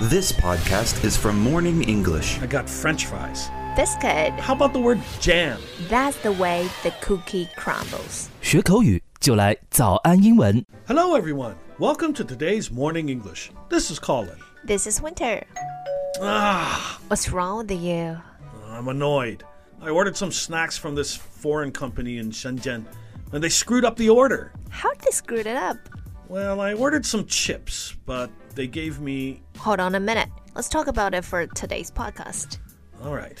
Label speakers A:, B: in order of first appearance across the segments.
A: This podcast is from Morning English.
B: I got french fries.
C: Biscuit.
B: How about the word jam?
C: That's the way the cookie crumbles.
D: 学口语就来早安英文。
B: Hello, everyone. Welcome to today's Morning English. This is Colin.
C: This is winter.
B: Ah,
C: What's wrong with you?
B: I'm annoyed. I ordered some snacks from this foreign company in Shenzhen, and they screwed up the order.
C: How'd they screw it up?
B: Well, I ordered some chips, but they gave me.
C: Hold on a minute. Let's talk about it for today's podcast.
B: All right.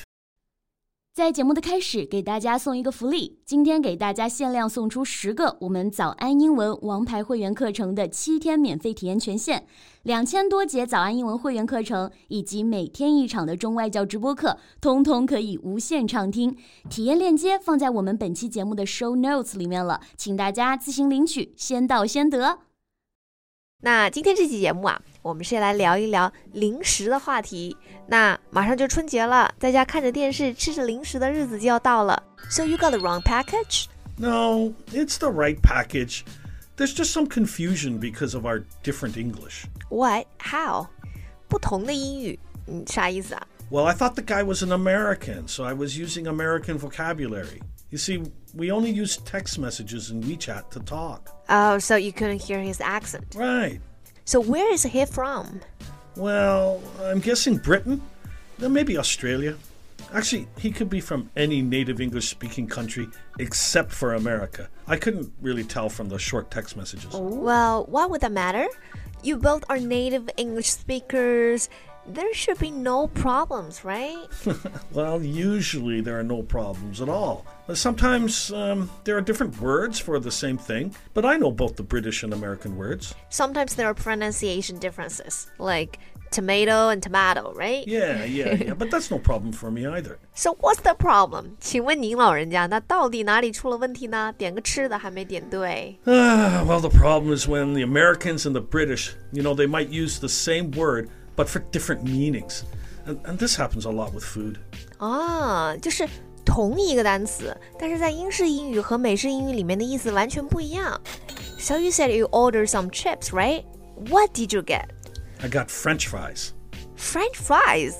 E: 在节目的开始，给大家送一个福利，今天给大家限量送出十个我们早安英文王牌会员课程的七天免费体验权限，两千多节早安英文会员课程以及每天一场的中外教直播课，通通可以无限畅听。体验链接放在我们本期节目的 show notes 里面了，请大家自行领取，先到先得。
C: 那今天这期节目啊，我们是来聊一聊零食的话题。那马上就春节了，在家看着电视吃着零食的日子就要到了。So you got the wrong package?
B: No, it's the right package. There's just some confusion because of our different English.
C: What? How? 不同的英语，嗯，啥意思啊？
B: Well, I thought the guy was an American, so I was using American vocabulary. You see, we only use text messages and WeChat to talk.
C: Oh, so you couldn't hear his accent.
B: Right.
C: So where is he from?
B: Well, I'm guessing Britain, then maybe Australia. Actually, he could be from any native English speaking country except for America. I couldn't really tell from the short text messages.
C: Oh. Well, why would that matter? You both are native English speakers. There should be no problems, right?
B: Well, usually there are no problems at all. Sometimes um, there are different words for the same thing, but I know both the British and American words.
C: Sometimes there are pronunciation differences, like tomato and tomato, right?
B: Yeah, yeah, yeah, but that's no problem for me either.
C: So what's the problem? 请问您老人家，那到底哪里出了问题呢？点个吃的还没点对。
B: Ah, well, the problem is when the Americans and the British, you know, they might use the same word, but for different meanings. And, and this happens a lot with food.
C: 啊，就是同一个单词，但是在英式英语和美式英语里面的意思完全不一样。So you said you ordered some chips, right? What did you get?
B: I got French fries.
C: French fries.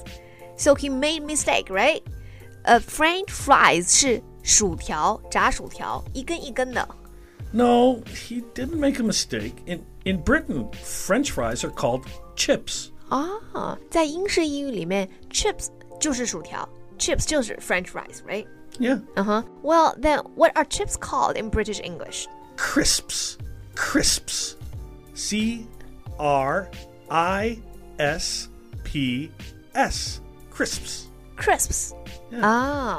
C: So he made mistake, right? Uh, French fries 是薯条，炸薯条，一根一根的。
B: No, he didn't make a mistake. In, in Britain, French fries are called chips.
C: 啊，在英式英语里面，chips 就是薯条，chips 就是 French fries, right?
B: Yeah,
C: 嗯哼。Well, then what are chips called in British English?
B: crisps. Crisps. C R I S P S. Crisps.
C: Crisps. Ah.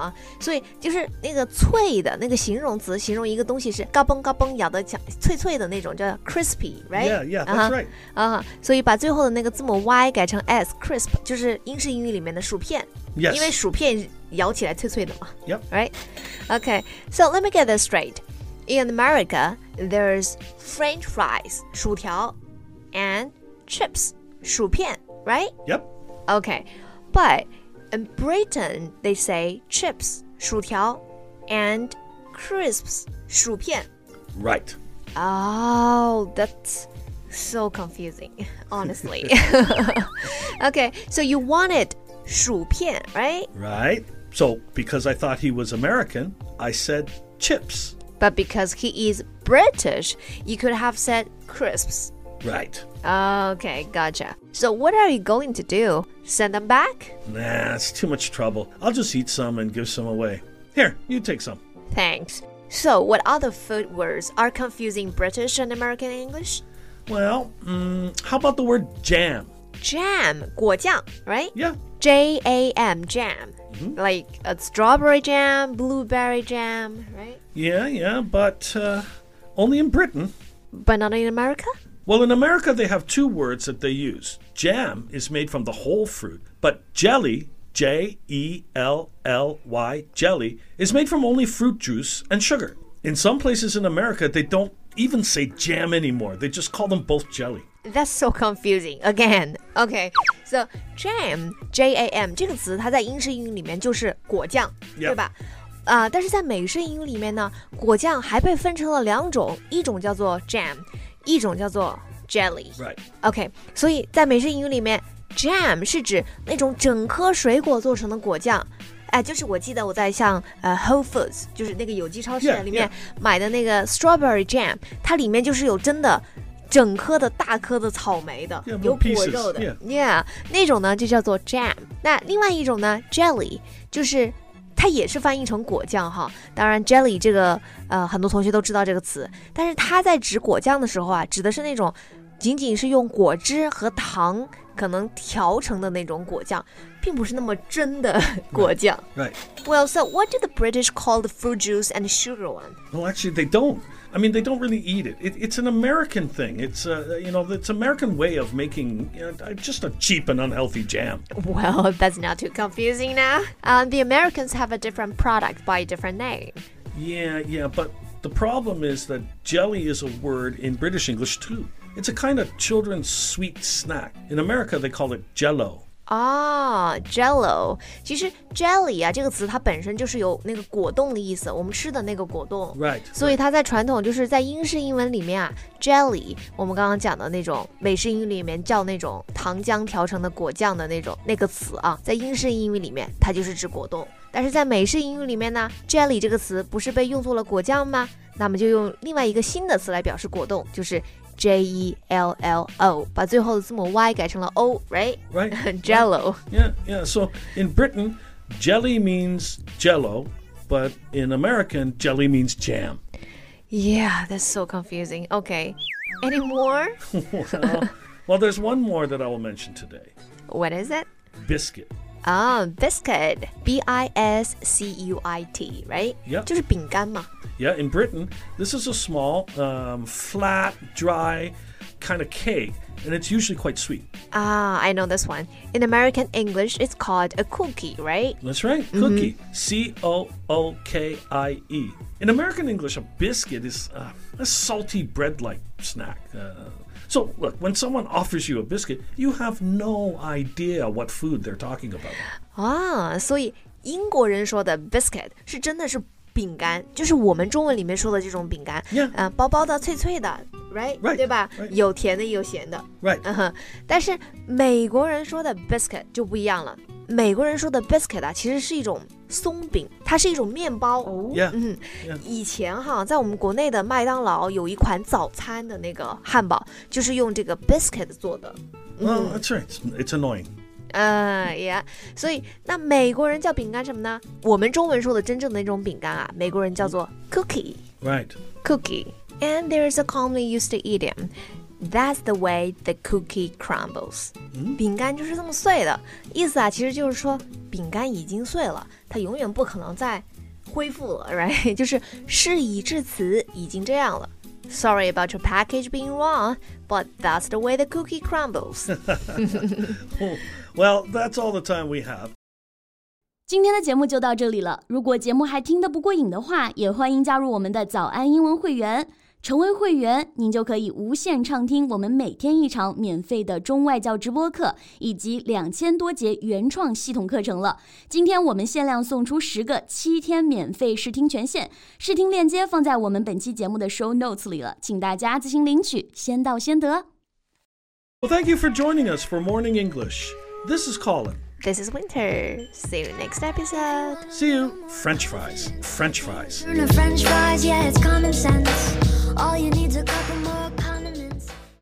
C: 啊，所以就是那个脆的那个形容词，形容一个东西是嘎嘣嘎嘣咬的强脆脆的那种，叫 crispy，right？
B: Yeah, yeah, that's
C: 啊哈
B: right.
C: 啊，所以把最后的那个字母 y 改成 s，crisp 就是英式英语里面的薯片
B: Yes.
C: 因为薯片咬起来脆脆的嘛。
B: Yep.
C: Right? Okay, so let me get this straight. In America, there's French fries, 薯条, and chips, 薯片, right?
B: Yep.
C: Okay, but in Britain, they say chips, 薯条, and crisps, 薯片.
B: Right.
C: Oh, that's so confusing, honestly. okay, so you wanted 薯片, right?
B: Right. So, because I thought he was American, I said chips.
C: But because he is British, you could have said crisps.
B: Right.
C: Okay, gotcha. So what are you going to do? Send them back?
B: Nah, it's too much trouble. I'll just eat some and give some away. Here, you take some.
C: Thanks. So what other food words are confusing British and American English?
B: Well, mm, how about the word jam?
C: Jam, 果酱, right?
B: Yeah.
C: J A M jam. Like a strawberry jam, blueberry jam, right?
B: Yeah, yeah, but uh, only in Britain.
C: But not in America?
B: Well, in America, they have two words that they use. Jam is made from the whole fruit, but jelly, J E L L Y, jelly, is made from only fruit juice and sugar. In some places in America, they don't even say jam anymore, they just call them both jelly.
C: That's so confusing. Again, okay. So jam, J A M 这个词，它在英式英语里面就是果酱
B: Yeah.
C: 对吧？啊、但是在美式英语里面呢，果酱还被分成了两种，一种叫做 jam，一种叫做 jelly。
B: Right.
C: OK，所以在美式英语里面，jam 是指那种整颗水果做成的果酱。哎，就是我记得我在像呃 Whole Foods，就是那个有机超市
B: Yeah,
C: 里面
B: yeah.
C: 买的那个 strawberry jam，它里面就是有真的整颗的大颗的草莓的
B: Yeah,
C: 有
B: little
C: 果肉
B: pieces,
C: 的，yeah，那种呢就叫做 jam。那另外一种呢，jelly，就是它也是翻译成果酱哈。当然，jelly 这个呃很多同学都知道这个词，但是它在指果酱的时候啊，指的是那种仅仅是用果汁和糖可能调成的那种果酱，并不是那么真的果酱。
B: Right.
C: Well, so what do the British call the fruit juice and sugar one?
B: Well, actually, they don't. I mean, they don't really eat it. it it's an American thing. It's uh, you know, it's American way of making you know, just a cheap and unhealthy jam.
C: Well, that's not too confusing now. Um, the Americans have a different product by a different name.
B: Yeah, yeah, but the problem is that jelly is a word in British English too. It's a kind of children's sweet snack. In America, they call it jello.
C: 啊，Jello，其实 jelly 啊这个词它本身就是有那个果冻的意思，我们吃的那个果冻。
B: Right，
C: 所以它在传统就是在英式英文里面啊，jelly，我们刚刚讲的那种美式英语里面叫那种糖浆调成的果酱的那种那个词啊，在英式英语里面它就是指果冻，但是在美式英语里面呢，jelly 这个词不是被用作了果酱吗？那么就用另外一个新的词来表示果冻，就是。J E L L O，把最后的字母 Y 改成了 O，right？
B: Right.
C: Jello.
B: Yeah, yeah. So in Britain, jelly means jello, but in American, jelly means jam.
C: Yeah, that's so confusing. Okay. Any more?
B: Well, there's one more that I will mention today
C: What is it?
B: biscuit.
C: 啊、b i s c u i t b i s c u i t，right？、
B: Yep.
C: 就是饼干嘛。
B: Yeah, in Britain, this is a small, um, flat, dry kind of cake, and it's usually quite sweet.
C: 啊、i know this one. In American English, it's called a cookie, right?
B: That's right, cookie. C O O K I E. In American English, a biscuit is uh, a salty bread like snack. Uh, so, look, when someone offers you a biscuit, you have no idea what food they're talking about.
C: 啊、所以英国人说的 biscuit 是真的是饼干，就是我们中文里面说的这种饼干，嗯
B: Yeah.
C: 薄薄的、脆脆的，right？
B: Right,
C: 对吧
B: right.
C: 有甜的也有咸的。
B: Right.
C: 嗯哼，但是美国人说的 biscuit 就不一样了。美国人说的 biscuit 啊，其实是一种松饼，它是一种面包。
B: Yeah.
C: 嗯，以前哈，在我们国内的麦当劳有一款早餐的那个汉堡，就是用这个 biscuit 做的。
B: Well, that's right. It's, it's annoying.
C: 呃耶，所以那美国人叫饼干什么呢？我们中文说的真正的那种饼干啊，美国人叫做 cookie。
B: Right.
C: cookie. And there is a commonly used idiom. That's the way the cookie crumbles. 饼干就是这么碎的，意思啊，其实就是说饼干已经碎了，它永远不可能再恢复了，right？就是 事已至此，已经这样了。Sorry about your package being wrong, but that's the way the cookie crumbles.
B: Well, that's all the time we have.
E: 今天的节目就到这里了。如果节目还听得不过瘾的话，也欢迎加入我们的早安英文会员。成为会员，您就可以无限畅听我们每天一场免费的中外教直播课，以及两千多节原创系统课程了。今天我们限量送出十个七天免费试听权限，试听链接放在我们本期节目的 show notes 里了，请大家自行领取，先到先得。
B: Well, thank you for joining us for Morning English. This is Colin.
C: This is Winter. See you next episode.
B: See you. French fries. French fries.
F: French fries, yeah, it's common sense. All you need's a couple more